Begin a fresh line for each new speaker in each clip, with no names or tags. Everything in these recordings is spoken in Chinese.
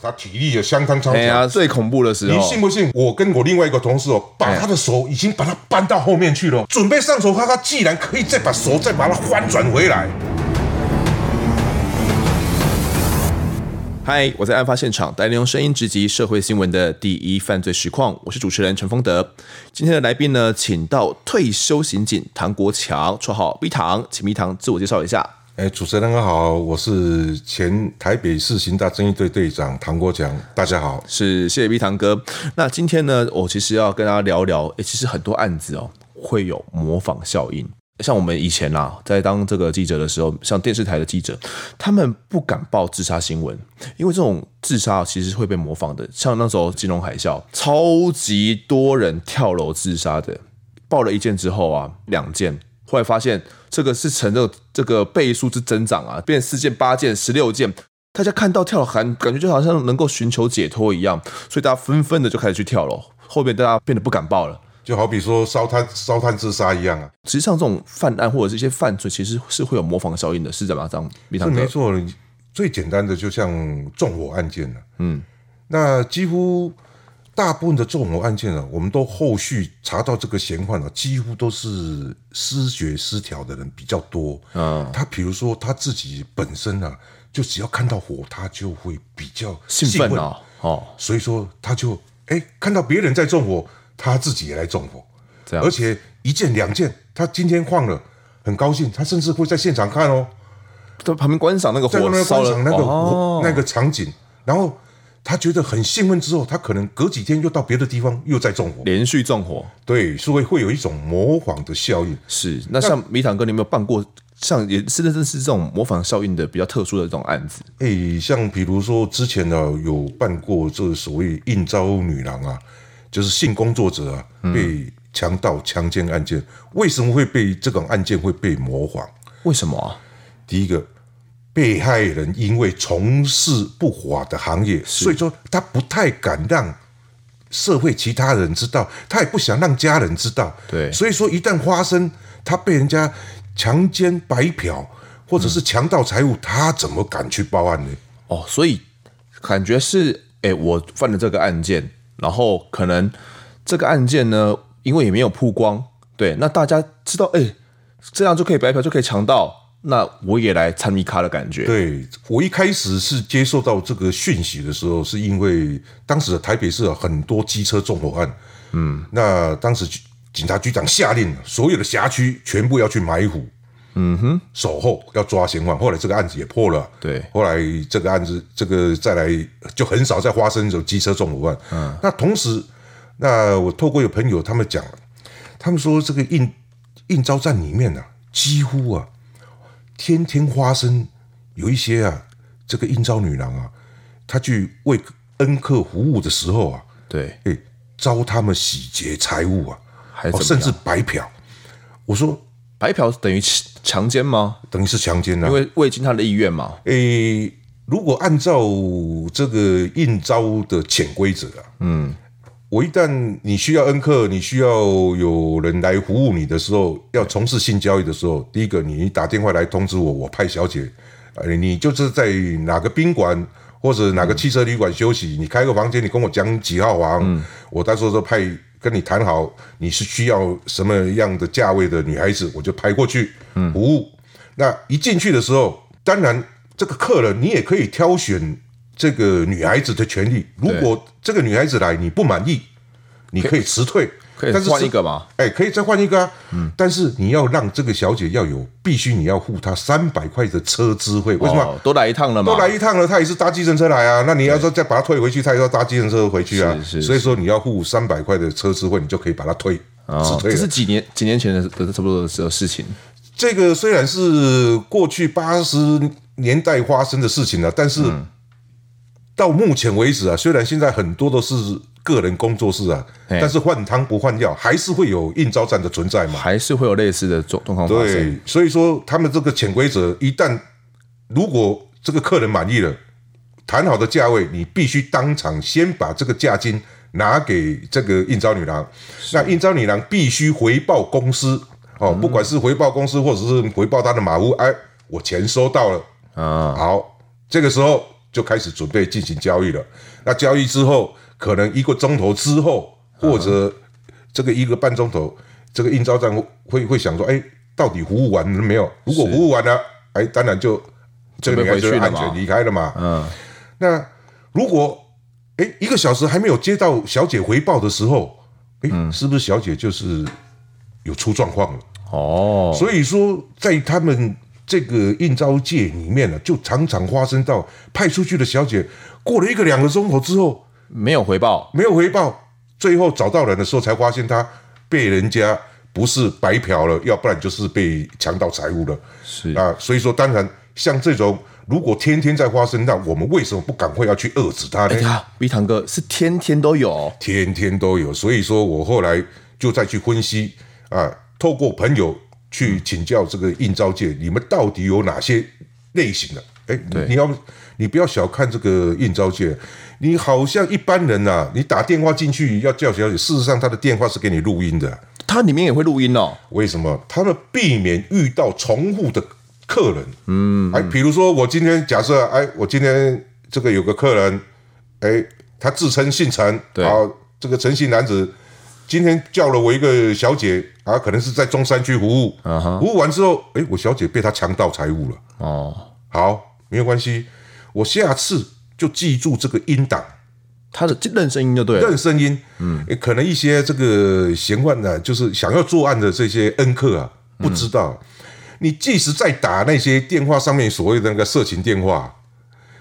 他体力也相当超
哎
强。
呀，最恐怖的时
你
候，
信不信？我跟我另外一个同事哦，把他的手已经把他搬到后面去了，准备上手。他他既然可以再把手再把它翻转回来，
嗨，我在案发现场带您用声音直击社会新闻的第一犯罪实况，我是主持人陈丰德。今天的来宾呢，请到退休刑警唐国强，绰号蜜糖，请蜜糖自我介绍一下。
哎，主持人好，我是前台北市刑大正义队队长唐国强，大家好。
是，谢谢蜜糖哥。那今天呢，我其实要跟大家聊聊，诶，其实很多案子哦会有模仿效应。像我们以前啦、在当这个记者的时候，像电视台的记者，他们不敢报自杀新闻，因为这种自杀其实会被模仿的。像那时候金融海啸，超级多人跳楼自杀的，报了一件之后啊，两件，后来发现这个是呈这个这个倍数之增长啊，变四件、八件、十六件。大家看到跳楼喊，感觉就好像能够寻求解脱一样，所以大家纷纷的就开始去跳楼，后面大家变得不敢报了。
就好比说烧炭烧炭自杀一样啊，
实际上，这种犯案或者是一些犯罪，其实是会有模仿效应的，是怎么样？米
是
堂哥
没，错。最简单的就像纵火案件啊，嗯，那几乎大部分的纵火案件啊，我们都后续查到这个嫌犯啊，几乎都是失觉失调的人比较多。
啊
嗯，他比如说他自己本身啊，就只要看到火，他就会比较
兴奋啊、哦，
所以说他就哎、看到别人在纵火，他自己也来纵火，
这样
而且一件两件，他今天晃了，很高兴，他甚至会在现场看哦，
在旁边观赏那个
在那
火
边
烧
观
了
赏那个火、
哦
那个场景，然后他觉得很兴奋之后，他可能隔几天又到别的地方又在纵火，
连续纵火。
对，所以会有一种模仿的效应。
是，那像米堂哥，你有没有办过像也是真的是这种模仿效应的比较特殊的这种案子？
诶，像比如说之前呢、有办过这所谓应招女郎啊，就是性工作者啊
嗯
被强盗强奸案件，为什么会被这种案件会被模仿？
为什么啊？
第一个，被害人因为从事不法的行业，所以说他不太敢让社会其他人知道，他也不想让家人知道。
对
所以说一旦发生他被人家强奸、白嫖，或者是强盗财物，他怎么敢去报案呢？
哦，所以感觉是，哎、我犯了这个案件，然后可能这个案件呢，因为也没有曝光，对，那大家知道，哎、这样就可以白嫖，就可以强盗，那我也来参与咖的感觉。
对我一开始是接受到这个讯息的时候，是因为当时的台北市有很多机车纵火案，嗯，那当时警察局长下令，所有的辖区全部要去埋伏，嗯哼，守候要抓嫌犯。后来这个案子也破了，
对
后来这个案子这个再来就很少再发生这种机车纵火案。嗯，那同时，那我透过有朋友他们讲，他们说这个应应招站里面啊，几乎啊天天发生有一些啊，这个应招女郎啊，她去为恩客服务的时候啊，
对，
哎，遭他们洗劫财物啊，
还是
哦
怎
甚
么样？
至白嫖。我说
白嫖等于强奸吗？
等于是强奸
因
啊。
为未经他的意愿嘛。
诶，如果按照这个应招的潜规则啊，嗯，我一旦你需要恩客，你需要有人来服务你的时候，要从事性交易的时候，第一个你打电话来通知我，我派小姐，呃，你就是在哪个宾馆。或者哪个汽车旅馆休息，你开个房间，你跟我讲几号房，我到时候就派跟你谈好，你是需要什么样的价位的女孩子，我就派过去服务。那一进去的时候，当然这个客人你也可以挑选这个女孩子的权利。如果这个女孩子来你不满意，你可以辞退，
可以
但是
换一个嗯嘛？
哎，可以再换一个啊。但是你要让这个小姐要有，必须你要付她三百块的车资费。为什么？
哦、都来一趟了嘛？
都来一趟了，她也是搭计程车来啊。那你要说再把她退回去，她也要搭计程车回去啊。
是是
所以说你要付三百块的车资费，你就可以把她推辞
哦，
退
这
了。
是几年几年前的的差不多的时候事情。
这个虽然是过去八十年代发生的事情了、啊但是到目前为止啊，虽然现在很多都是个人工作室啊，
嘿
但是换汤不换药，还是会有应招站的存在嘛。
还是会有类似的状状况发生。
对，所以说他们这个潜规则，一旦如果这个客人满意了，谈好的价位，你必须当场先把这个价金拿给这个应招女郎，那应招女郎必须回报公司哦，
嗯
不管是回报公司或者是回报她的马夫，哎，我钱收到了，
啊，
好，这个时候就开始准备进行交易了。那交易之后，可能一个钟头之后，
嗯
或者这个一个半钟头，这个应招站会会想说，哎，到底服务完了没有？如果服务完了，哎，当然就这个女孩
准备
就
回去了
安
嘛
全离开了嘛。
嗯，
那如果哎一个小时还没有接到小姐回报的时候，哎，
嗯
是不是小姐就是有出状况了？
哦，
所以说，在他们这个应招界里面呢、就常常发生到派出去的小姐过了一个两个钟头之后
没有回报，
没有回报，最后找到人的时候才发现她被人家不是白嫖了，要不然就是被强盗财物了。
是
啊，所以说当然像这种。如果天天在发生，那我们为什么不赶快要去遏制它呢？
哎呀，B 堂哥是天天都有哦，
天天都有。所以说我后来就再去分析啊，透过朋友去请教这个应招界，你们到底有哪些类型的、哎，你
对
你要你不要小看这个应招界，你好像一般人呐、你打电话进去要叫小姐，事实上他的电话是给你录音的。
它里面也会录音哦，
为什么？他们避免遇到重复的客人。嗯，哎，比如说我今天假设，哎，我今天这个有个客人，哎，他自称姓陈，
对
啊，这个陈姓男子今天叫了我一个小姐，啊，可能是在中山区服务，服务完之后，哎，我小姐被他强盗财物了。
哦，
好，没有关系，我下次就记住这个音档，
它的认声音就对了，
任声音，嗯，可能一些这个嫌犯呢、就是想要作案的这些恩客啊，不知道，你即使在打那些电话上面所谓的那个色情电话，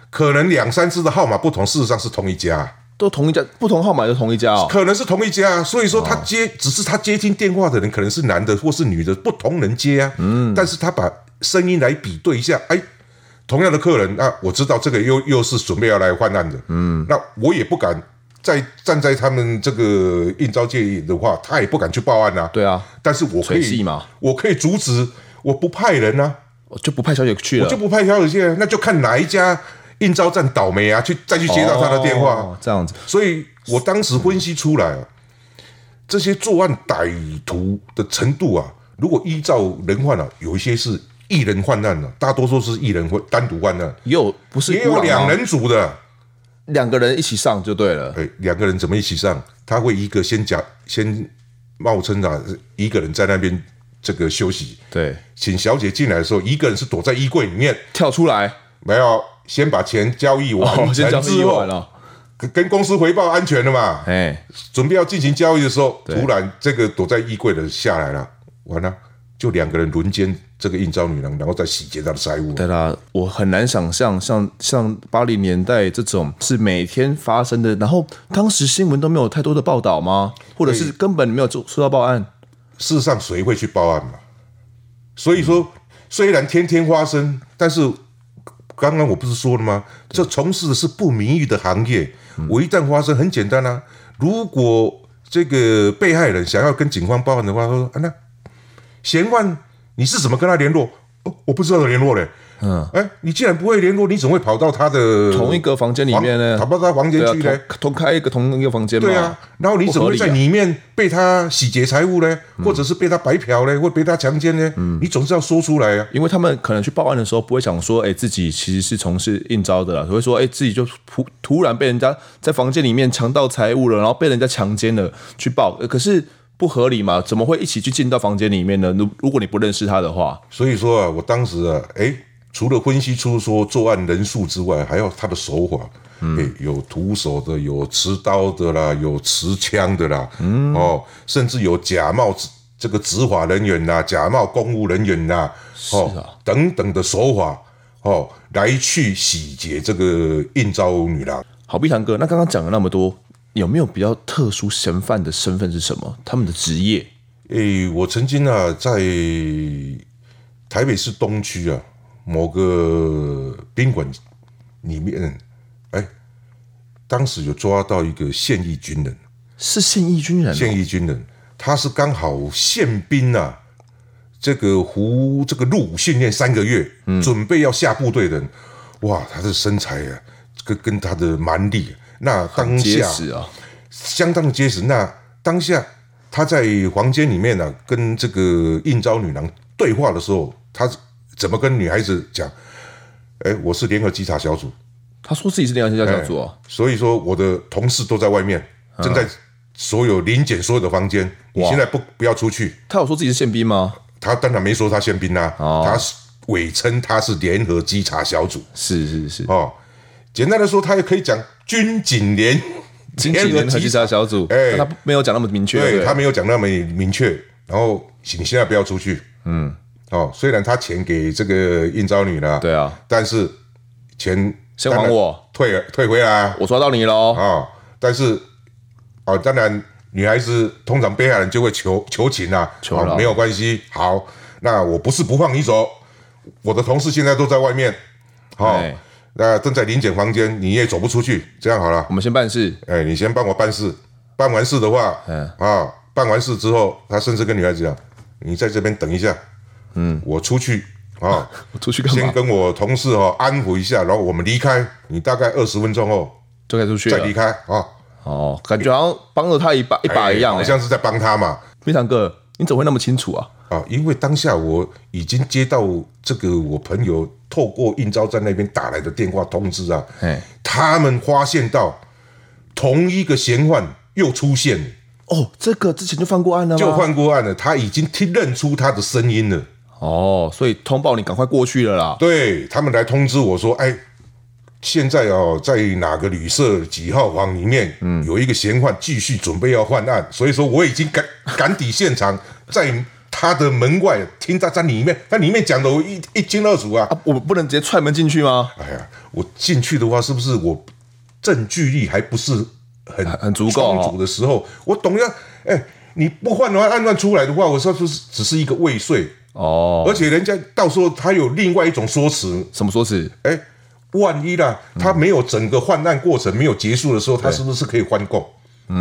可能两三支的号码不同，事实上是同一家，
都同一家，不同号码就同一家哦，
可能是同一家，所以说他接，只是他接听电话的人可能是男的或是女的，不同人接啊，嗯，但是他把声音来比对一下，哎。同样的客人，那我知道这个又又是准备要来犯案的，嗯，那我也不敢再站在他们这个应招界的话，他也不敢去报案啊。
对啊，
但是我可
垂系
以
嘛，
我可以阻止，我不派人啊，
我就不派小姐去了，
我就不派小姐去啊，那就看哪一家应招站倒霉啊，去再去接到他的电话。
哦，这样子，
所以我当时分析出来啊，这些作案歹徒的程度啊，如果依照人患啊，有一些是一人患难了、啊大多数是一人或单独患难，
也有不是
也
孤
有
狼
两
哦
人组的。
两个人一起上就对了，
哎，两个人怎么一起上？他会一个先假先冒称啊，一个人在那边这个休息，
对，
请小姐进来的时候，一个人是躲在衣柜里面，
跳出来，
没有先把钱交易完
哦，先
成
讲
之
意
后
外，了，
跟跟公司回报安全了嘛？
哎，
准备要进行交易的时候，突然这个躲在衣柜的下来了，完了，就两个人轮奸这个应招女郎，然后再洗劫她的财物。啊
对啦，我很难想象像像八零年代这种是每天发生的，然后当时新闻都没有太多的报道吗？或者是根本没有做收到报案？
事实上，谁会去报案嘛？所以说，
嗯
虽然天天发生，但是刚刚我不是说了吗？这从事的是不名誉的行业，
嗯
我一旦发生，很简单啊。如果这个被害人想要跟警方报案的话，他说：“啊，那嫌犯你是怎么跟他联络？”哦，我不知道联络嘞。嗯，哎，你既然不会联络，你怎么会跑到他的
同一个房间里面呢？
跑到他房间
对啊，
去嘞？
同同开一个同一个房间嘛。
对啊，然后你怎么会在里面被他洗劫财物呢？或者是被他白嫖呢？或被他强奸呢？你总是要说出来啊。
因为他们可能去报案的时候不会想说，哎、自己其实是从事应招的啦，只会说，哎、自己就突突然被人家在房间里面强盗财物了，然后被人家强奸了，去报，呃可是不合理嘛？怎么会一起去进到房间里面呢？如如果你不认识他的话，
所以说啊，我当时啊，哎，除了分析出说作案人数之外，还有他的手法，哎，有徒手的，有持刀的啦，有持枪的啦，哦，甚至有假冒执这个执法人员啦，假冒公务人员啦，哦，等等的手法，哦，来去洗劫这个应招女郎。
好，碧堂哥，那刚刚讲了那么多，有没有比较特殊嫌犯的身份是什么？他们的职业？
诶、我曾经啊，在台北市东区啊某个宾馆里面，哎，当时有抓到一个现役军人，
是现役军人哦、
现役军人，他是刚好宪兵啊，这个服这个入伍训练三个月，
嗯
准备要下部队的人，哇，他的身材啊，跟跟他的蛮力啊，那当
结
下
实啊，
相当的结实。那当下他在房间里面呢、跟这个应招女郎对话的时候，他怎么跟女孩子讲？哎，我是联合稽查小组，
他说自己是恋爱线下小组哦，
所以说我的同事都在外面，正在啊嗯所有临检所有的房间。你现在不不要出去。
他有说自己是宪兵吗？
他当然没说他宪兵啦、他是伪称他是联合稽查小组
是是是，
哦。简单的说，他也可以讲军警联
经济联合稽查小组，
哎
但他没有讲那么明确，
对
对
他没有讲那么明确。然后你现在不要出去，嗯，哦，虽然他钱给这个应招女了，
对啊，
但是钱
先还我，
退退回来啊、
我抓到你喽，
哦但是哦，当然女孩子通常被害人就会求求情啊，
求饶
哦，没有关系，好，那我不是不放你走，我的同事现在都在外面，好、
哎
那正在临检房间，你也走不出去，这样好了。
我们先办事，
哎，你先帮我办事，办完事的话，
嗯
啊，办完事之后，他甚至跟女孩子讲，你在这边等一下，嗯，我出去 啊，
我出去干
先
嘛？
跟我同事哦安抚一下，然后我们离开，你大概二十分钟后
就该出去
再离
了，
开啊，
哦，感觉好像帮了他一把一把一样
哎
欸，
好像是在帮他嘛。
非常哥，你怎么会那么清楚啊？
啊，因为当下我已经接到这个我朋友透过应招站那边打来的电话通知啊，
哎，
他们发现到同一个嫌犯又出现了。
哦，这个之前就犯过案了吗？
就换过案了，他已经听认出他的声音了。
哦，所以通报你赶快过去了啦。
对他们来通知我说，哎，现在哦，在哪个旅社几号房里面，
嗯
有一个嫌犯继续准备要犯案，所以说我已经赶 赶抵现场，在他的门外听他在里面，他里面讲的我一一清二楚啊。
啊，我们不能直接踹门进去吗？
哎呀，我进去的话，是不是我证据力还不是很
很很足够哦
充足的时候，我懂呀。哎，你不换的话，案乱出来的话，我说不是只是一个未遂。
哦，
而且人家到时候他有另外一种说辞，
什么说辞？
哎、万一啦，他没有整个患难过程没有结束的时候，他是不是可以换供？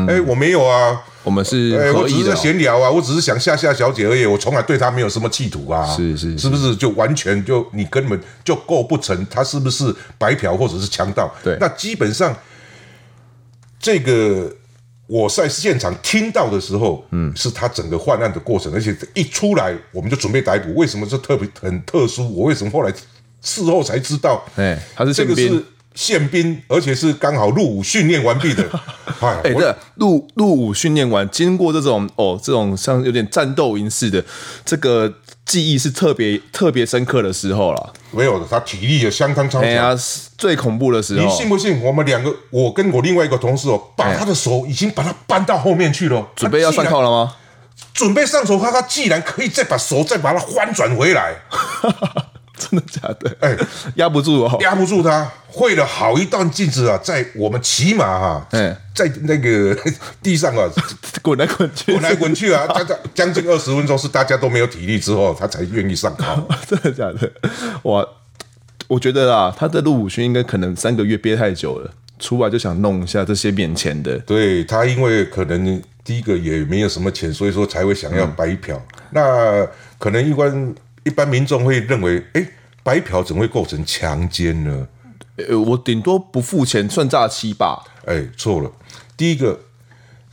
哎、我没有啊，
我们是
哎、我
合
只
意
是
的
在
哦，
闲聊啊，我只是想吓吓小姐而已，我从来对她没有什么企图啊，
是是是
是不是就完全就你根本就构不成他是不是白嫖或者是强盗？
对
那基本上这个我在现场听到的时候，嗯，是他整个患难的过程，而且一出来我们就准备逮捕，为什么这特别很特殊？我为什么后来事后才知道？
哎，他是
这
宪
个
兵
是。宪兵，而且是刚好入伍训练完毕 的，哎
哎，这入入伍训练完，经过这种哦，这种像有点战斗营似的，这个记忆是特别特别深刻的时候了。
没有的，他体力也相当超
哎
强。
呀，是最恐怖的时
你
候，
信不信？我们两个，我跟我另外一个同事哦，把他的手已经把他搬到后面去了，
哎准备要上
他既然，
铐了吗？
准备上手，他他既然可以再把手再把它翻转回来，
真的假的？
哎，
压不住哦。
压不住他，费了好一段劲子啊，在我们骑马哈、
哎
在那个地上啊
滚来滚去，
滚来滚去啊， 大家将近二十分钟是大家都没有体力之后，他才愿意上铐。
真的假的？哇，我觉得啊，他的入伍训应该可能三个月憋太久了，出来就想弄一下这些免钱的。
对他，因为可能第一个也没有什么钱，所以说才会想要白嫖。那可能一般一般民众会认为，哎，白嫖怎么会构成强奸呢？
呃，我顶多不付钱算诈欺吧。
哎，错了。第一个，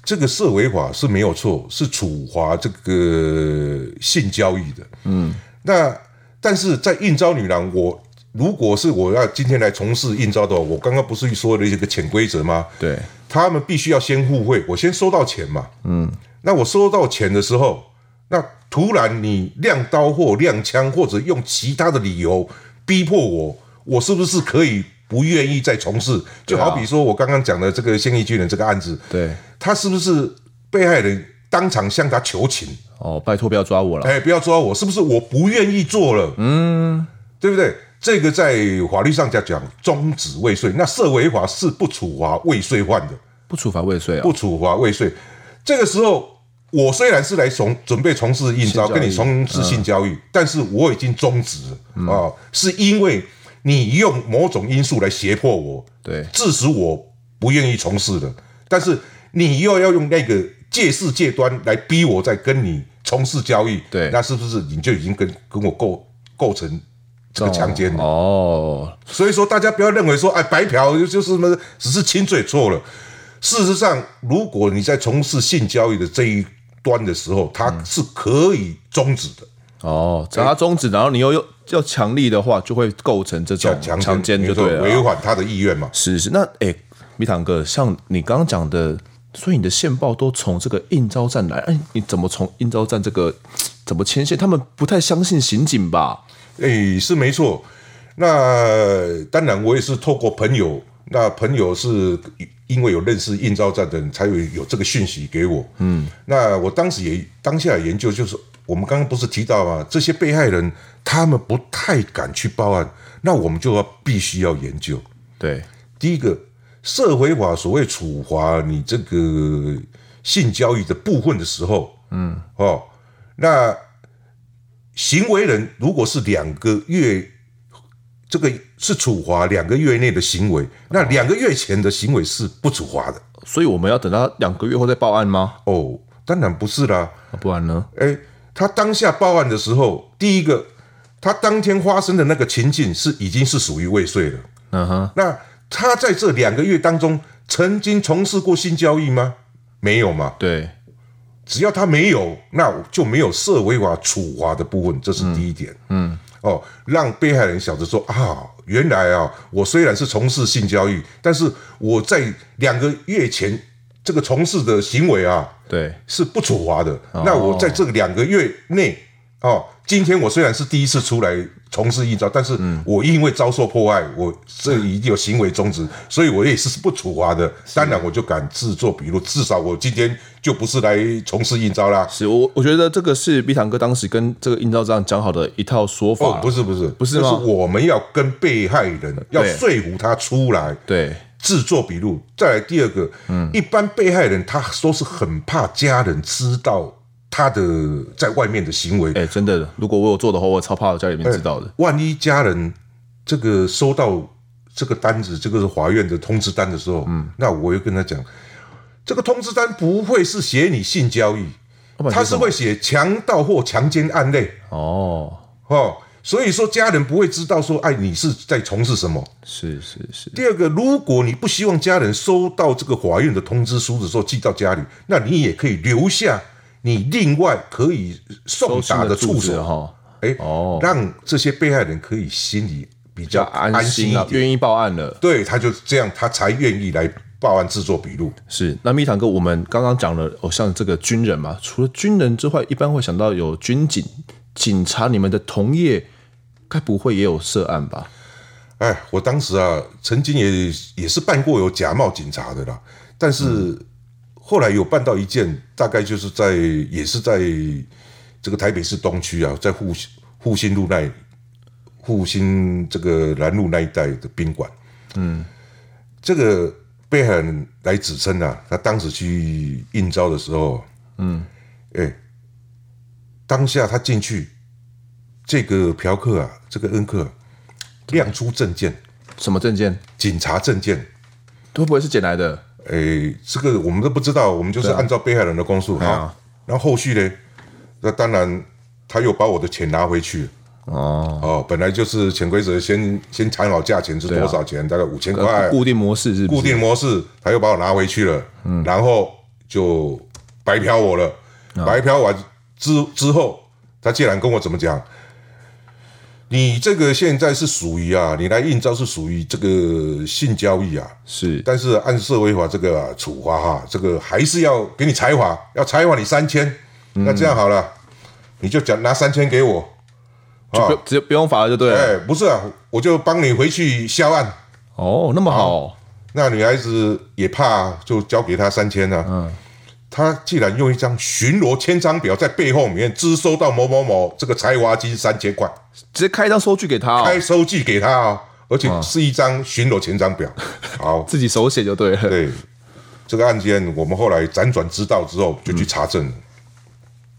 这个涉违法是没有错，是处罚这个性交易的。嗯，那但是在应招女郎，我如果是我要今天来从事应招的话，我刚刚不是说了一个潜规则吗？
对，
他们必须要先互惠，我先收到钱嘛。嗯，那我收到钱的时候，那突然你亮刀或亮枪，或者用其他的理由逼迫我，我是不是可以不愿意再从事？就好比说我刚刚讲的这个现役军人这个案子，
对，
他是不是被害人当场向他求情？
哦，拜托不要抓我了。
哎，不要抓我，是不是我不愿意做了？嗯，对不对？这个在法律上讲讲终止未遂，那涉违法是不处罚未遂犯的。
不处罚未遂啊
不。处罚未遂。这个时候，我虽然是来从准备从事应招，
性交易嗯
跟你从事性交易，但是我已经终止了啊、是因为你用某种因素来胁迫我，
对，
致使我不愿意从事了。但是你又要用那个借势借端来逼我再跟你从事交易，
对
那是不是你就已经跟跟我构构成这个强奸了？
哦，
所以说，大家不要认为说，哎，白嫖就就是什么，只是亲嘴错了。事实上，如果你在从事性交易的这一
嗯
端的时候，它是可以终止的。
哦，只要他终止，然后你又又要强力的话，就会构成这种
强
强奸就
没错
对了啊。
违反他的意愿嘛。
是是，那诶，米堂哥，像你刚刚讲的，所以你的线报都从这个应招站来，哎，你怎么从应招站这个怎么牵线？他们不太相信刑警吧？
诶，哎是没错。那当然，我也是透过朋友，那朋友是因为有认识应招站的人，才有有这个讯息给我。嗯，那我当时也当下研究，就是我们刚刚不是提到嘛，这些被害人他们不太敢去报案，那我们就要必须要研究。
对，
第一个，社会法所谓处罚你这个性交易的部分的时候，嗯，哦，那行为人如果是两个月，这个是处罚两个月内的行为，那两个月前的行为是不处罚的。
所以我们要等到两个月后再报案吗？
哦，当然不是啦，
啊不然呢？
哎，他当下报案的时候，第一个，他当天发生的那个情境是已经是属于未遂了。
嗯哼，
那他在这两个月当中曾经从事过性交易吗？没有嘛。
对，
只要他没有，那就没有涉违法处罚的部分，这是第一点。嗯，哦，让被害人晓得说啊，原来啊，我虽然是从事性交易，但是我在两个月前这个从事的行为啊，
对，
是不处罚的。
哦
那我在这两个月内，哦，今天我虽然是第一次出来从事应招，但是
嗯
我因为遭受迫害，我这一定有行为终止，所以我也是不处罚的。当然，我就敢自作笔录，至少我今天就不是来从事应招啦。哦
是我我觉得这个是毕堂哥当时跟这个应招站讲好的一套说法
哦
啦。，
不是不是不
是
就
吗
是我们要跟被害人要
对
说服他出来
对，
自作笔录。再来第二个，嗯，一般被害人他说是很怕家人知道他的在外面的行为，
哎、真的，如果我有做的话，我超怕我家
哎
里面知道的。
万一家人这个收到这个单子，这个是法院的通知单的时候，嗯，那我会跟他讲，这个通知单不会是写你性交易，
哦要不然
他
就是
会写强盗或强奸案类
哦，
哦，所以说家人不会知道说，哎，你是在从事什么。
是是是，
第二个，如果你不希望家人收到这个法院的通知书的时候寄到家里，那你也可以留下你另外可以送达的
住
处
址
所。
哈，
哎、
哦
让这些被害人可以心里比
比较
较
安
心一
心啊，
点。
愿意报案了。
对，他就这样，他才愿意来报案制作笔录。
是，那蜜糖哥，我们刚刚讲了，哦，像这个军人嘛，除了军人之外，一般会想到有军警、警察，你们的同业该不会也有涉案吧？
哎，我当时啊，曾经也也是办过有假冒警察的啦，但是后来有办到一件，大概就是在也是在这个台北市东区啊，在复复兴路那里，复兴这个南路那一带的宾馆，嗯，这个被害人来指称啊，他当时去应招的时候，嗯，哎，当下他进去，这个嫖客啊，这个恩客啊、亮出证件，
什么证件？
警察证件，
会不会是捡来的？
诶，这个我们都不知道，我们就是按照被害人的供述
啊
好，然后后续呢，那当然他又把我的钱拿回去。
哦，
哦，本来就是潜规则，先先谈好价钱是多少钱，大概五千块，
固定模式啊是不
哎固
是
定模式，他又把我拿回去了，
嗯
然后就白嫖我了。
啊
白嫖完之之后，他竟然跟我怎么讲？你这个现在是属于啊，你来应招是属于这个性交易啊，
是
但是按社会法这个、啊、处罚哈、这个还是要给你裁罚，要裁罚你三千。那这样好了，你就讲拿三千给我，
就不只不用罚了就对了。
啊哎，不是啊，我就帮你回去销案。
哦，那么好，
那女孩子也怕，就交给他三千啊。嗯，他既然用一张巡逻签章表在背后里面支收到某某某这个财华金三千块，
直接开一张收据给他、
开
哦，
收据给他啊、而且是一张巡逻签章表。好，
自己手写就对了。
对这个案件，我们后来辗转知道之后，就
嗯
去查证了，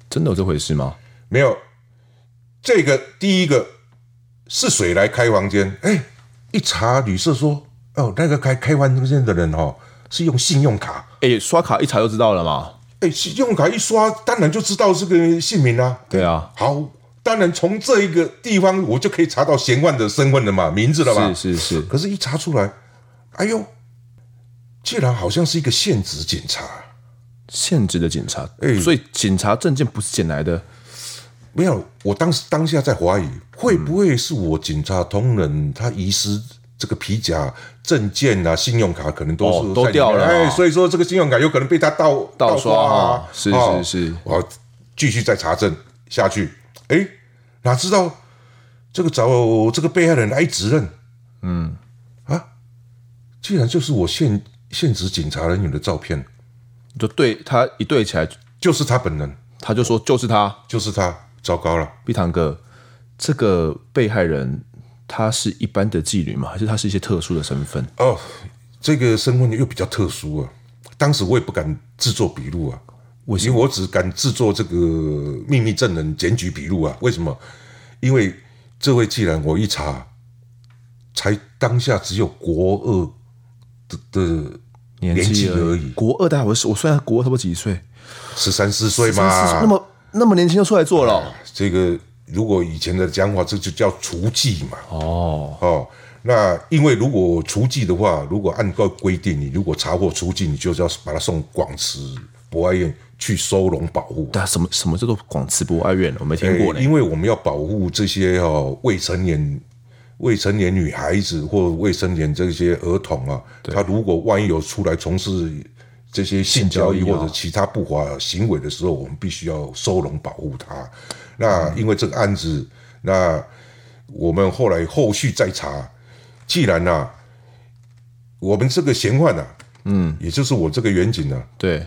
真的有这回事吗？
没有这个第一个是谁来开房间？哎，一查旅社说，哦，那个开开房间的人哦，是用信用卡。
哎、刷卡一查就知道了嘛。
哎，信用卡一刷，当然就知道这个姓名啦、
对啊，
好，当然从这一个地方我就可以查到嫌犯的身份了嘛，名字了嘛。
是是是，
可是，一查出来，哎呦，竟然好像是一个现职警察。
限制的警察，
哎
所以警察证件不是捡来的。
没有，我当时当下在怀疑，会不会是我警察同仁他遗失这个皮夹、证件啊、信用卡，可能都是、
哦都掉了啊
哎，所以说这个信用卡有可能被他盗
盗
刷啊
啊，，是
哦
是是，
我要继续再查证下去。哎，哪知道这个找这个被害人来指认，嗯，啊，居然就是我现现职警察人员的照片，
就对他一对起来，
就是他本人，
他就说就是他，
就是他，糟糕了，
毕堂哥，这个被害人他是一般的妓女吗？还是他是一些特殊的身份？
哦，这个身份又比较特殊啊。当时我也不敢制作笔录啊，因为我只敢制作这个秘密证人检举笔录啊。为什么？因为这位既然我一查，才当下只有国二的的
年
年纪
纪
而
而
已
国二大概我是我算国二差不多几岁？
十三四岁
三十
嘛，
那么那么年轻就出来做了哦、
这个如果以前的讲法，这就叫雏妓嘛。
哦，
哦，那因为如果除妓的话，如果按照规定，你如果查获除妓，你就是要把他送广慈博爱院去收容保护。
对啊，什么什么叫做广慈博爱院？我没听过
呃
呢。
因为我们要保护这些哦未成年、未成年女孩子或未成年这些儿童啊，他如果万一有出来从事这些性交易
性交易
或
啊
者其他不法行为的时候，我们必须要收容保护他。那因为这个案子，那我们后来后续再查，既然呐、啊，我们这个嫌犯呐、啊，嗯，也就是我这个远景呢、啊，
对，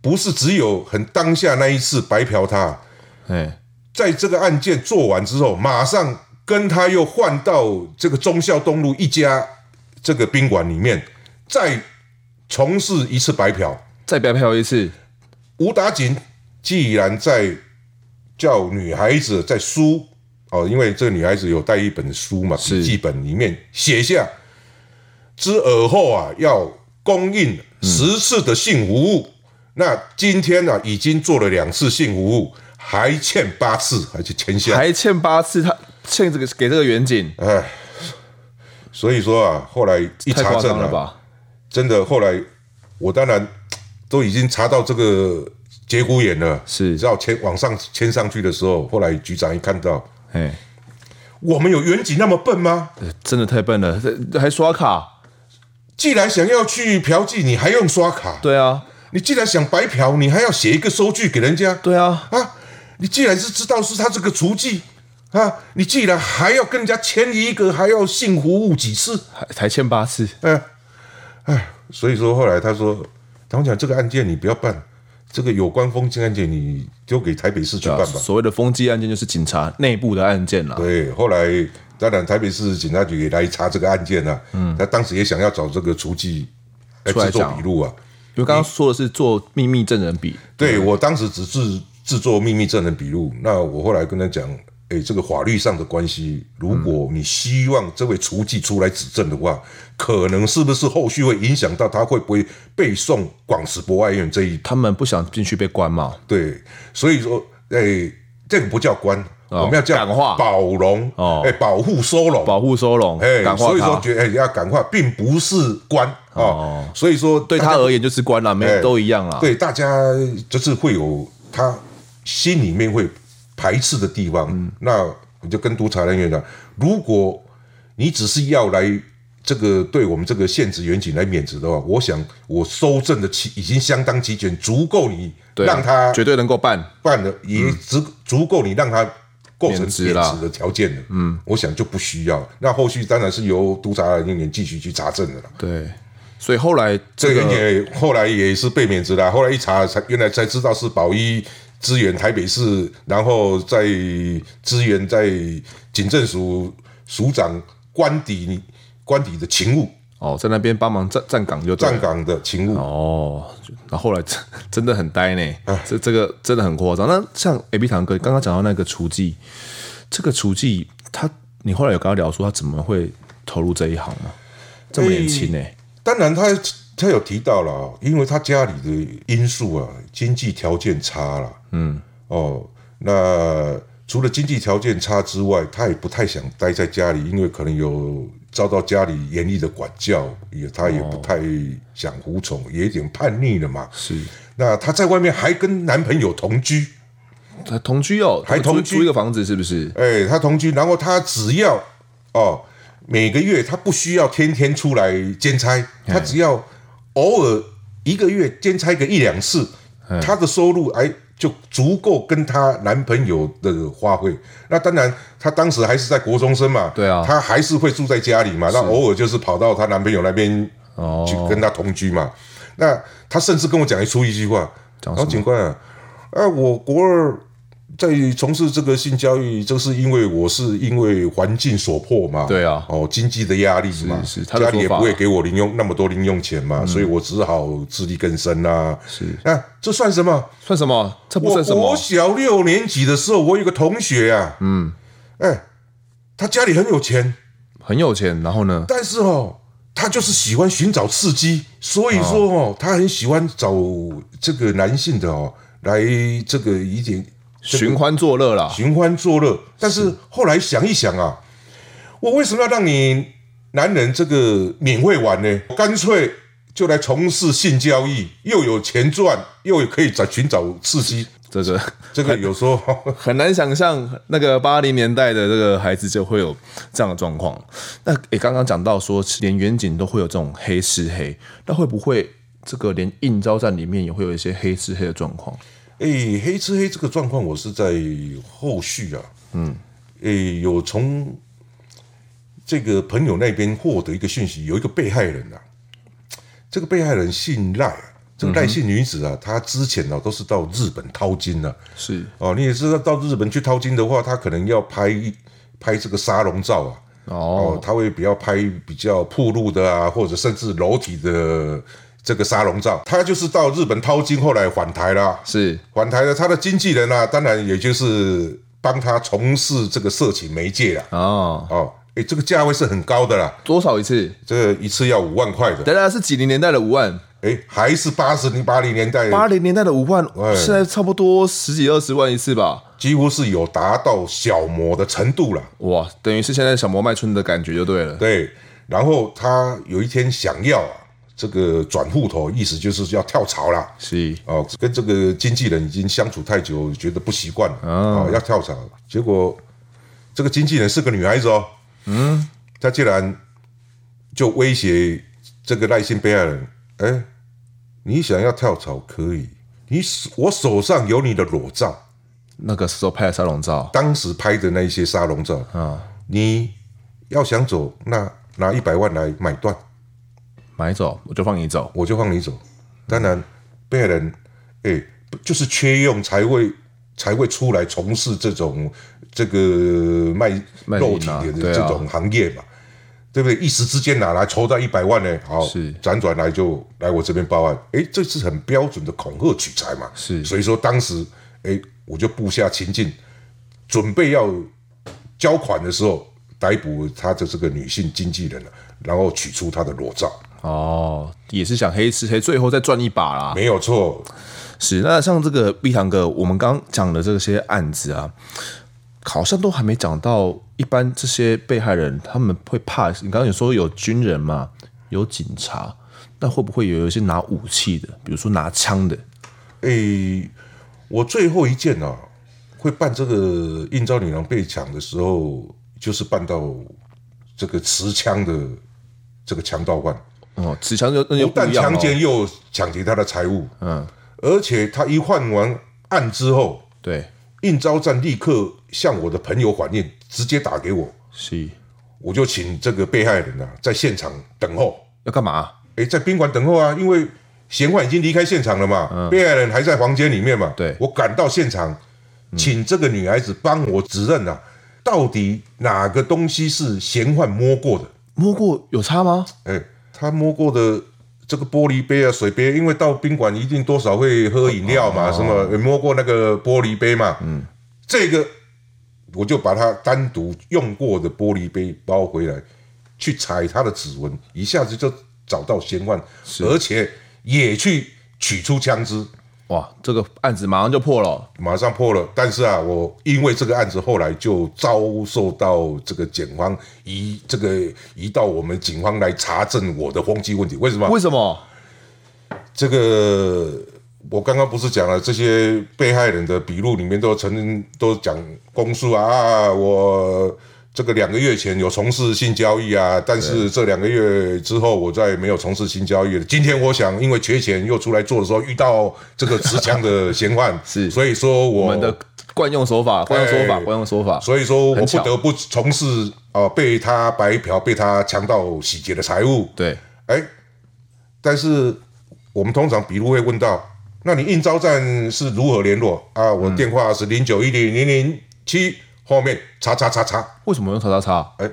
不是只有很当下那一次白嫖他，
哎，
在这个案件做完之后，马上跟他又换到这个忠孝东路一家这个宾馆里面，再从事一次白嫖。
再白嫖一次，
吴达锦既然在叫女孩子在书哦，因为这个女孩子有带一本书嘛，笔记本里面写下之尔后啊，要供应十次的性服务。那今天呢、已经做了两次性服务，还欠八次，还去欠下。
还欠八次，他欠这个给这个远景，
所以说啊，后来呃一
太
查
夸
证
张了
啊，
吧？
真的后来我当然都已经查到这个节骨眼了，
是
直到签往上签上去的时候，后来局长一看到，
哎，
我们有远景那么笨吗？
真的太笨了，这还刷卡？
既然想要去嫖妓，你还用刷卡？
对啊，
你既然想白嫖，你还要写一个收据给人家？
对啊，
啊，你既然是知道是他这个雏妓啊，你既然还要跟人家签一个，还要性服务几次？
还还欠八次，
哎所以说后来他说，唐讲这个案件你不要办，这个有关封禁案件你丢给台北市去办吧。
啊所谓的风机案件就是警察内部的案件啦。
对，后来当然台北市警察局也来查这个案件了、啊。嗯，他当时也想要找这个雏妓来
出来
制作
讲
笔录啊。
因为刚刚说的是做秘密证人笔，
对我当时只是制作秘密证人笔录，那我后来跟他讲，哎，这个法律上的关系，如果你希望这位雏妓出来指证的话，可能是不是后续会影响到他会不会被送广慈博爱院这一
他们不想进去被关嘛，
对，所以说，哎、这个不叫关，我们要叫
哦感化
保容，
哦
哎、保护收容，
保护收容，
哎、
感化
所以说
他。
觉得、哎要感化，并不是关哦所以说
对他而言就是关了，没
哎
都一样啦。
对大家就是会有他心里面会排斥的地方。
嗯
那我就跟督察人员讲，如果你只是要来这个对我们这个现职员警来免职的话，我想我收证的齐已经相当齐全，足够你
对，
让他
绝对能够办。
办了，也足足够你让他构成贬
贬值
值
啦
的条件了。嗯，我想就不需要。那后续当然是由督察人员继续去查证的了。
对，所以后来
这
这
个
个
也后来也是被免职啦，后来一查才原来才知道是保一支援台北市，然后再支援在警政署署长官邸官邸的勤务
哦，在那边帮忙站站岗就对了
站岗的勤务。
哦，那后来真 真的很呆呢，
嗯
这这个真的很夸张。那像 A B 堂哥刚刚讲到那个厨技，这个厨技他，你后来有跟他聊说他怎么会投入这一行吗？这么年轻呢？
当然他，他有提到了哦，因为他家里的因素啊，经济条件差了，嗯，哦，那除了经济条件差之外，他也不太想待在家里，因为可能有遭到家里严厉的管教，也他也不太想服从，也有点叛逆了嘛。
是
那她在外面还跟男朋友同居，
他同居哦，
还
他们
同
租
居
租一个房子是不是？
哎，他同居，然后他只要哦，每个月他不需要天天出来兼差，他只要偶尔一个月兼差个一两次，他的收入哎就足够跟她男朋友的花费。那当然，她当时还是在国中生嘛，
对啊
她还是会住在家里嘛，那偶尔就是跑到她男朋友那边
哦
去跟她同居嘛。那她甚至跟我讲一出一句话，
讲什
老
么
警官啊，啊，我国二在从事这个性交易，这是因为我是因为环境所迫嘛，
对啊
哦，经济的压力嘛，
是是他的
家里也
说法嗯
不会给我零用那么多零用钱嘛，所以我只好自力更生啊。是，那这算什么？
算什么？这不
我
算什
国
么？
小六年级的时候，我有个同学啊，嗯，哎，他家里很有钱，
很有钱，然后呢？
但是哦，他就是喜欢寻找刺激，所以说哦，他很喜欢找这个男性的哦来这个一点
寻欢作乐啦，
寻欢作乐。但是后来想一想啊，我为什么要让你男人这个免费玩呢？我干脆就来从事性交易，又有钱赚，又可以找寻找刺激。
这个
这个有时候
很难想象那个八零年代的这个孩子就会有这样的状况。那诶，刚刚讲到说，连远景都会有这种黑吃黑，那会不会这个连应招站里面也会有一些黑吃黑的状况？
诶，黑吃黑这个状况，我是在后续啊，嗯，诶，有从这个朋友那边获得一个讯息，有一个被害人啊，这个被害人姓赖啊，这个赖姓女子啊，她之前呢、啊、都是到日本掏金啊，
是
哦，你也知道到日本去掏金的话，她可能要拍一拍这个沙龙照啊，
哦，
哦，他会比较拍比较铺路的啊，或者甚至裸体的这个沙龙照。他就是到日本掏金，后来返台啊啦，
是
返台了，他的经纪人啊，当然也就是帮他从事这个色情媒介啦。
哦，
哦，诶，这个价位是很高的啦，
多少一次？
这个一次要五万块的，
等等，是几零年代的五万，
诶，还是八十零八零年代，
八零年代的五万，
哎
现在差不多十几二十万一次吧。
几乎是有达到小模的程度了。
哇，等于是现在小魔卖春的感觉就对了。
对，然后他有一天想要啊，这个转户头，意思就是要跳槽啦。
是
哦，跟这个经纪人已经相处太久，觉得不习惯了，哦，要跳槽。结果这个经纪人是个女孩子哦，嗯，她竟然就威胁这个赖姓被害人，哎，你想要跳槽可以，你手我手上有你的裸照，
那个时候拍的沙龙照，
当时拍的那一些沙龙照啊，你要想走，那拿一百万来买断，
买走我就放你走。
我就放你走。当然，被害人，哎、不就是缺用才会才会出来从事这种这个卖
卖淫啊
肉体的
对啊
这种行业嘛，对不对？一时之间哪来筹到一百万呢？好
是，
辗转来就来我这边报案，哎、这是很标准的恐吓取财嘛。
是
所以说当时，哎、我就布下情境，准备要交款的时候。逮捕他的这个女性经纪人了，然后取出她的裸照，
哦，也是想黑吃黑，最后再赚一把啦。
没有错，
是，那像这个碧堂哥，我们刚刚讲的这些案子啊，好像都还没讲到一般这些被害人他们会怕。你刚刚有说有军人嘛，有警察，那会不会有一些拿武器的，比如说拿枪的？
诶、我最后一件啊，会办这个应招女郎被抢的时候，就是办到这个持枪的这个强盗犯，
哦，持枪就那就
不
不
但
一样、
强
哦、
奸又抢劫他的财物，嗯，而且他一换完案之后，
对，
应招站立刻向我的朋友反映，直接打给我，
是
我就请这个被害人啊在现场等候，
要干嘛？
诶、在宾馆等候啊，因为嫌犯已经离开现场了嘛，被害人还在房间里面嘛。
对
我赶到现场，请这个女孩子帮我指认啊，到底哪个东西是嫌犯摸过的？
摸过有差吗？
诶、她哎摸过的这个玻璃杯啊、水杯，因为到宾馆一定多少会喝饮料嘛，什么、呃摸过那个玻璃杯嘛。嗯，这个我就把她单独用过的玻璃杯包回来，去采她的指纹，一下子就找到嫌犯，而且也去取出枪支，
哇，这个案子马上就破了。
马上破了。但是啊，我因为这个案子后来就遭受到这个检方移这个移到我们警方来查证我的风纪问题，为什么？
为什么？
这个我刚刚不是讲了这些被害人的笔录里面都承认都讲供述啊啊，我这个两个月前有从事性交易啊，但是这两个月之后我再没有从事性交易了。今天我想因为缺钱又出来做的时候遇到这个持枪的嫌犯，
啊是
所以说我
我们的惯用手法，惯用手法，
哎
惯用手法。
所以说我
很
不
巧
得不从事啊、呃被他白嫖、被他强盗洗劫的财物。
对，
哎，但是我们通常笔录会问到，那你应招站是如何联络啊？我电话是零九一零零零七后面叉叉叉叉，
为什么用叉叉叉？
哎，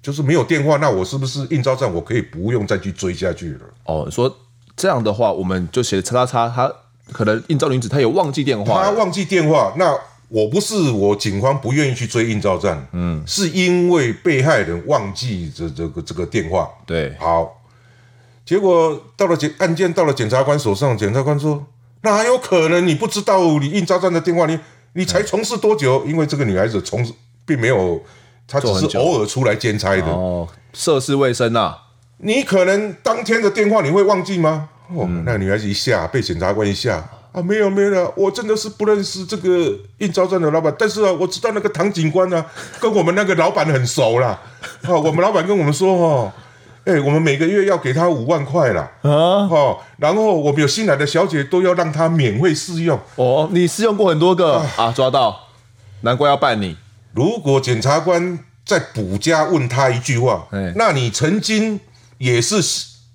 就是没有电话，那我是不是应招站我可以不用再去追下去了？
哦，说这样的话，我们就写叉叉叉，他可能应招女子，他也忘记电话
他
了。
忘记电话，那我不是我警方不愿意去追应招站，嗯，是因为被害人忘记这这个这个电话，
对，
好，结果到了检案件到了检察官手上，检察官说哪有可能你不知道你应招站的电话，你你才从事多久？因为这个女孩子从事并没有，她只
做很
是
久
偶尔出来兼差的。
哦，涉世未深啊呐、
你可能当天的电话你会忘记吗？哦，那个女孩子一下被检察官一下啊，没有没有啦，我真的是不认识这个应招站的老板，但是啊，我知道那个唐警官啊，跟我们那个老板很熟啦。啊，我们老板跟我们说哦，哎、我们每个月要给他五万块啦。
啊！
哦，然后我们有新来的小姐都要让她免费试用。
哦，你试用过很多个啊，抓到，难怪要办你。
如果检察官再补加问她一句话
哎，
那你曾经也是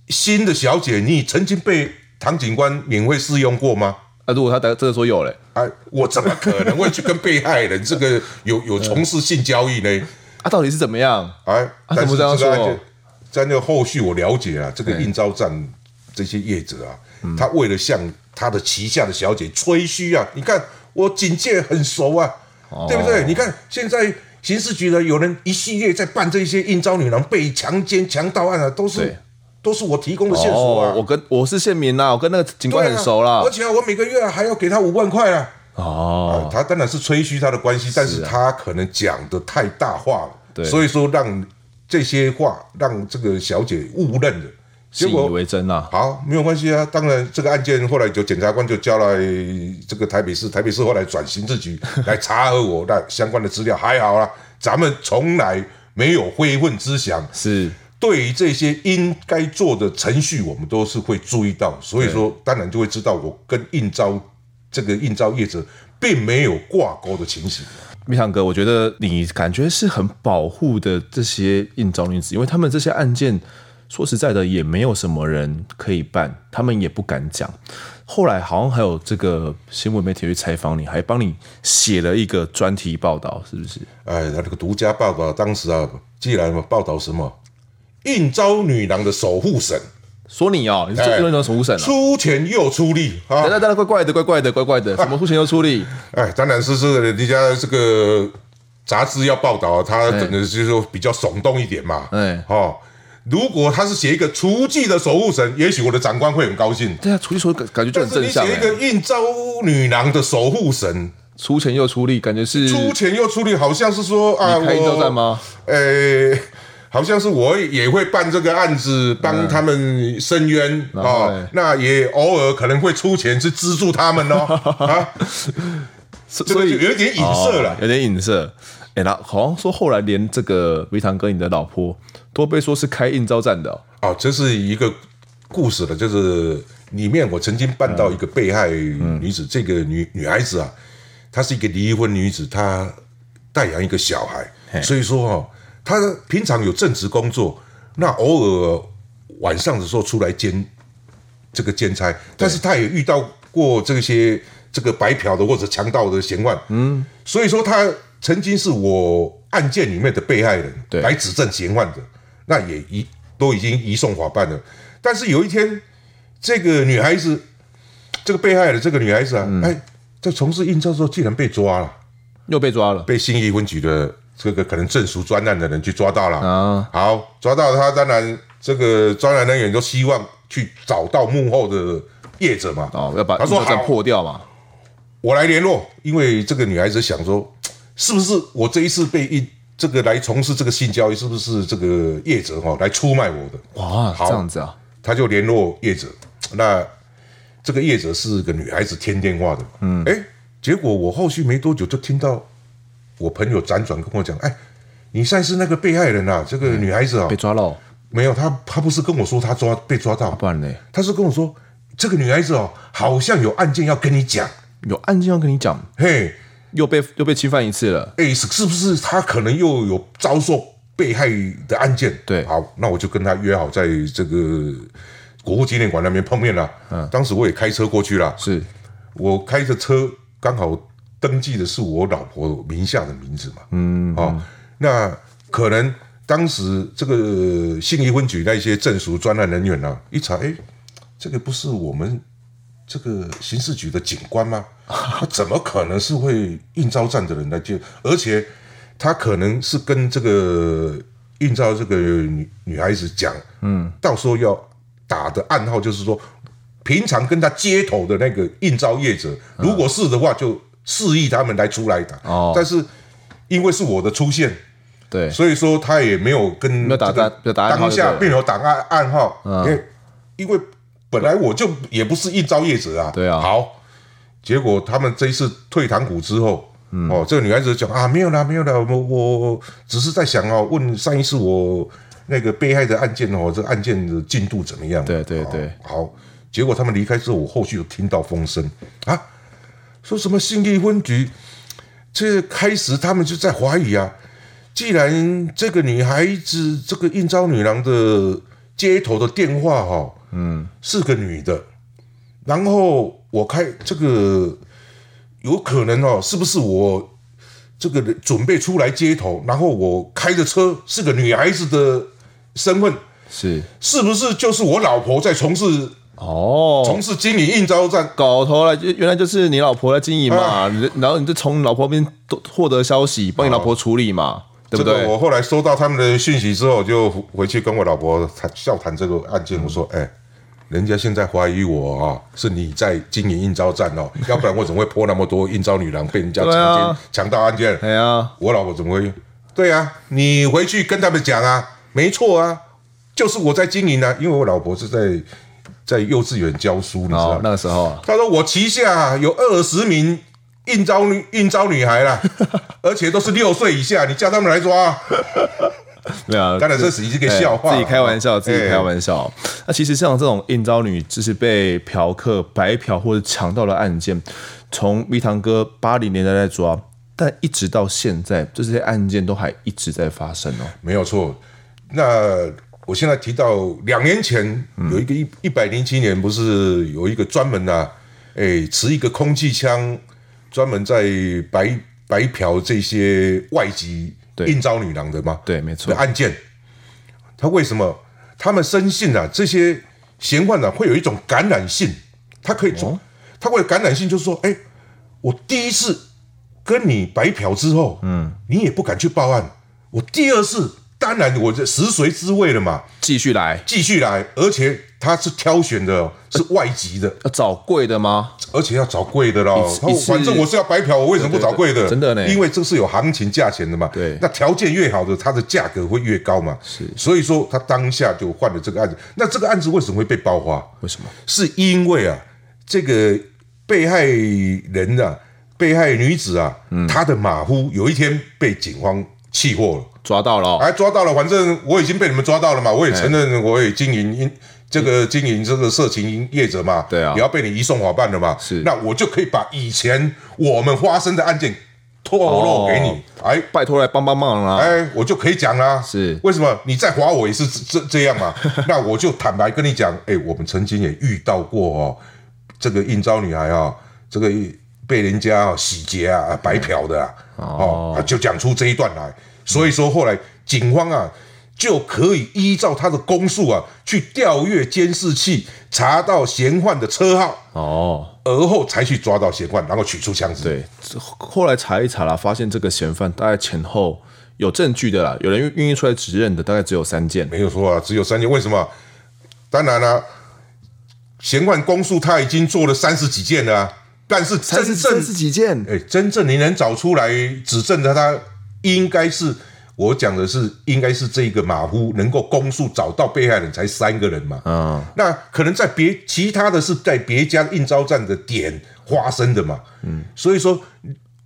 新的小姐，你曾经被唐警官免费试用过吗？
啊，如果他真的说有嘞，
啊，我怎么可能会去跟被害人这个有有从事性交易呢？
啊，到底是怎么样？
哎，
啊
但
怎
是
么这
这
样
个案
说
件，在那个后续我了解啊，这个
哎
应招站这些业者啊，他为了向他的旗下的小姐吹嘘啊，你看我警戒很熟啊，
哦
对不对？你看现在刑事局呢，有人一系列在办这些应招女郎被强奸、强盗案啊，都是
对
都是我提供的线索
哦
啊，，
我跟我是县民啦，我跟那个
对
警官
啊
很熟啦
而。且啊我每个月啊还要给他五万块啊。
哦，啊
他当然是吹嘘他的关系，但是他可能讲的太大话了，
对
所以说让这些话让这个小姐误认了，结
信以
果
为真啦。
好没有关系啊。当然，这个案件后来就检察官就交来这个台北市，台北市后来转刑事局来查核我那相关的资料，还好啦，咱们从来没有非分之想，
是
对于这些应该做的程序，我们都是会注意到，所以说当然就会知道我跟应招这个应招业者并没有挂钩的情形。
蜜糖哥，我觉得你感觉是很保护的这些应招女子，因为他们这些案件，说实在的，也没有什么人可以办，他们也不敢讲。后来好像还有这个新闻媒体去采访你，还帮你写了一个专题报道，是不是？
哎，他这个独家报道，当时啊，既然嘛报道什么应招女郎的守护神，
说你哦，你是
哎
做那种守护神啊？
出钱又出力啊
等！等等等，怪怪的，怪怪的，怪怪的，什么出钱又出力？
哎，当然是这个人家这个杂志要报道啊，他可能就是说比较耸动一点嘛。
哎
哦，如果他是写一个厨妓的守护神，也许我的长官会很高兴。
对啊，出去说感感觉就
但
很
是
正
你
向、
写一
欸
个，应招女郎的守护神，
出钱又出力，感觉是
出钱又出力，好像是说啊，
开应招站
我
吗？
呃，好像是我也会办这个案子，帮他们伸冤啊、
嗯后
哦
嘞，
那也偶尔可能会出钱去资助他们 哦。啊，
所
这个
所以
就有一点影射了
哦。有点影射。哎、那好像说后来连这个维唐哥你的老婆都被说是开应招站的哦、
哦，这是一个故事的，就是里面我曾经办到一个被害女子，这个女女孩子啊，她是一个离婚女子，她带养一个小孩，所以说哦，她平常有正职工作，那偶尔晚上的时候出来兼这个兼差，但是她也遇到过这些这个白嫖的或者强盗的嫌犯，嗯，所以说她曾经是我案件里面的被害人，
对
来指证嫌犯的，那也移都已经移送法办了，但是有一天这个女孩子，这个被害的这个女孩子啊，哎，在从事应招的时候竟然被抓了，
又被抓了
被信义分局的这个可能正熟专案的人去抓到了。
啊！
好，抓到他，当然这个专案人员就希望去找到幕后的业者嘛。
哦，要把
他
应
说
招站
好
破掉嘛？
我来联络，因为这个女孩子想说，是不是我这一次被一这个来从事这个性交易，是不是这个业者哈、哦、来出卖我的？
哇，
好
这样子啊，
他就联络业者，那这个业者是个女孩子天天画的嘛，嗯，哎，结果我后续没多久就听到我朋友辗转跟我讲，哎，你算是那个被害人啊，这个女孩子啊
被，抓到，
没有，她她不是跟我说她抓被抓到，
不然嘞，
她是跟我说这个女孩子哦，好像有案件要跟你讲，
有案件要跟你讲，
嘿，
又被又被侵犯一次了，
哎，是是不是她可能又有遭受被害的案件？
对
好，那我就跟她约好在这个国父纪念馆那边碰面了。嗯，当时我也开车过去了，
是
我开着车刚好登记的是我老婆名下的名字嘛，嗯，哦，那可能当时这个信义分局那些政署专案人员啊，一查，哎，这个不是我们这个刑事局的警官吗？ 他怎么可能是会应招站的人来接？而且他可能是跟这个应招这个女女孩子讲，嗯，到时候要打的暗号就是说，平常跟他接头的那个应招业者，如果是的话，就示意他们来出来打。
哦
但是因为是我的出现，
对，
所以说他也没有跟
有打
这个
打没有打暗号
当
就对嗯了
下并没有打暗暗号，因为因为本来我就也不是应招业者啊，
对啊
好，结果他们这一次退堂鼓之后。
嗯
哦，这个女孩子讲啊，没有啦，没有啦，我我只是在想哦，问上一次我那个被害的案件哦，这案件的进度怎么样？
对对
哦
对
好，结果他们离开之后，我后续又听到风声啊，说什么信义分局，这开始他们就在怀疑啊，既然这个女孩子，这个应招女郎的接头的电话哈、嗯，是个女的，然后我开这个有可能哦，是不是我这个人准备出来接头，然后我开的车是个女孩子的身份，
是
是不是就是我老婆在从事
哦。
从事经营应招站？
搞头了，就原来就是你老婆在经营
啊
嘛，你就然后你就从你老婆那边多获得消息，帮你老婆处理嘛，对
这
不
个
对？
我后来收到他们的讯息之后，就回去跟我老婆谈笑谈这个案件。我说：“哎，人家现在怀疑我啊，是你在经营应招站哦，要不然我怎么会泼那么多应招女郎被人家强
对啊
奸、强盗案件？
哎呀，
我老婆怎么会？对啊，你回去跟他们讲啊，没错啊，就是我在经营啊，因为我老婆是在在幼稚园教书，你知道
哦，
吗？
那个时候啊，
他说我旗下啊有二十名应招女应招女孩 啦，而且都是六岁以下，你叫他们来抓啊。”
对啊，
当然这是一个笑话，哦哎
自己开玩笑，自己开
笑。
玩笑。那其实像这种应招女，就是被嫖客、白嫖或者强盗的案件，从蜜糖哥八零年代在抓，但一直到现在，这些案件都还一直在发生哦。
没有错。那我现在提到两年前有一个一一百零七年，不是有一个专门啊，哎，持一个空气枪，专门在白白嫖这些外籍
对
应招女郎的吗？
对，没错
的，案件，他为什么他们深信啊，这些嫌犯呢、啊、会有一种感染性，他可以
哦
做，他会有感染性，就是说，哎，我第一次跟你白嫖之后，嗯，你也不敢去报案，我第二次，当然我这食髓知味了嘛，
继续来，
继续来，而且他是挑选的哦，是外籍的，
要呃找贵的吗？
而且要找贵的咯
一次。
他说反正我是要白嫖，我为什么不找贵
对对
的？
对真的呢
因为这是有行情价钱的嘛。
对
那条件越好的，它的价格会越高嘛。是，所以说他当下就换了这个案子。那这个案子为什么会被爆发？
为什么？
是因为啊，这个被害人啊，被害女子啊，
嗯
她的马夫有一天被警方气获了。
抓到了、哦，
哎，抓到了，反正我已经被你们抓到了嘛，我也承认我也经营因这个经营这个色情业者嘛，
对啊
也要被你移送法办了嘛，
是
那我就可以把以前我们发生的案件透露给
哦
你，哎。
拜托来帮帮忙啦、
哎，我就可以讲啦、
是
为什么你在划我也是这这这样嘛？那我就坦白跟你讲，哎，我们曾经也遇到过哦，这个应招女孩啊、哦，这个被人家、哦、洗劫啊、啊白嫖的啊，哦，啊就讲出这一段来。所以说后来警方啊就可以依照他的供述啊去调阅监视器，查到嫌犯的车号，
哦，
而后才去抓到嫌犯，然后取出枪支。
对，这后来查一查啦，发现这个嫌犯大概前后有证据的啦，有人愿愿意出来指认的，大概只有三件。
没有错啊，只有三件。为什么？当然啦、嫌犯公诉他已经做了三十几件了啊、但是真正
几件，
哎，真正你能找出来指证的，他应该是我讲的是应该是这个马夫能够公诉找到被害人才三个人嘛，
嗯，
那可能在别其他的是在别家应招站的点发生的嘛，嗯，所以说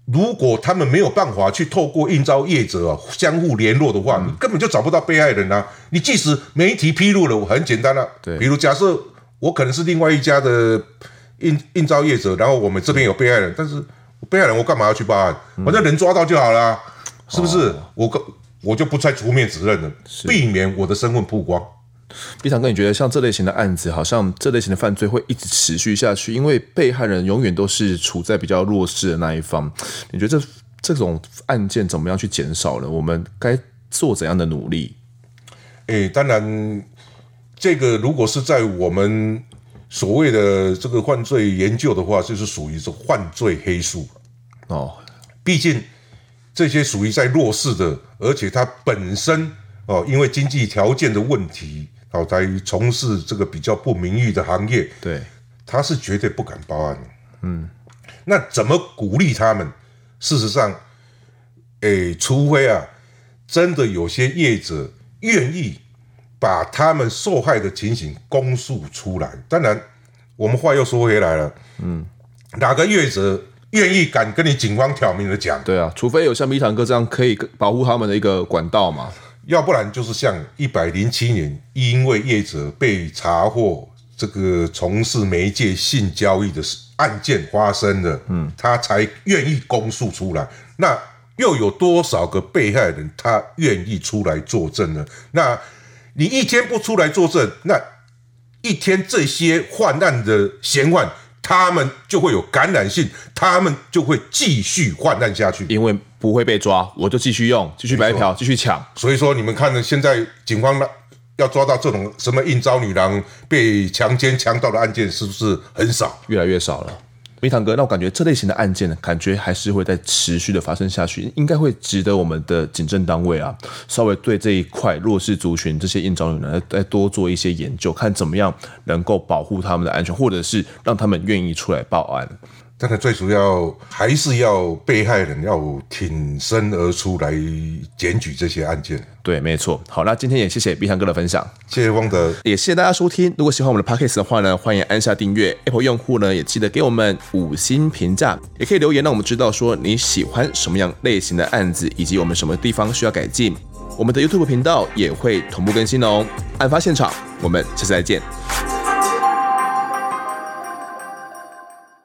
如果他们没有办法去透过应招业者啊相互联络的话，你根本就找不到被害人啊。你即使媒体披露了，我很简单啊，
对
比如假设我可能是另外一家的应应招业者，然后我们这边有被害人，但是被害人我干嘛要去报案？反正人抓到就好了啊、是不是？我我我就不再出面指认了，避免我的身份曝光。
毕长哥，你觉得像这类型的案子，好像这类型的犯罪会一直持续下去，因为被害人永远都是处在比较弱势的那一方。你觉得这这种案件怎么样去减少呢？我们该做怎样的努力？
诶，哎当然，这个如果是在我们所谓的这个犯罪研究的话，就是属于是犯罪黑数。
哦，
毕竟这些属于在弱势的，而且他本身哦，因为经济条件的问题，哦，才从事这个比较不名誉的行业，
对，
他是绝对不敢报案的。嗯，那怎么鼓励他们？事实上，诶，除非啊，真的有些业者愿意把他们受害的情形公诉出来。当然，我们话又说回来了，嗯，哪个业者愿意敢跟你警方挑明的讲？
对啊，除非有像毕长哥这样可以保护他们的一个管道嘛。
要不然就是像一百零七年，因为业者被查获这个从事媒介性交易的事案件发生了，嗯，他才愿意公诉出来。那又有多少个被害人他愿意出来作证呢？那你一天不出来作证，那一天这些患难的嫌犯，他们就会有感染性，他们就会继续患难下去。
因为不会被抓，我就继续用，继续白嫖，继续抢。
所以说，你们看呢，现在警方呢要抓到这种什么应招女郎被强奸强盗的案件，是不是很少？
越来越少了。米堂哥，那我感觉这类型的案件呢，感觉还是会在持续的发生下去，应该会值得我们的警政单位啊，稍微对这一块弱势族群这些应招女呢，再多做一些研究，看怎么样能够保护他们的安全，或者是让他们愿意出来报案。
但是最主要还是要被害人要挺身而出来检举这些案件。
对，没错。好，那今天也谢谢碧堂哥的分享。
谢谢汪德，
也谢谢大家收听。如果喜欢我们的 podcast 的话呢，欢迎按下订阅。Apple 用户呢，也记得给我们五星评价，也可以留言让我们知道说你喜欢什么样类型的案子，以及我们什么地方需要改进。我们的 YouTube 频道也会同步更新哦。案发现场，我们下次再见，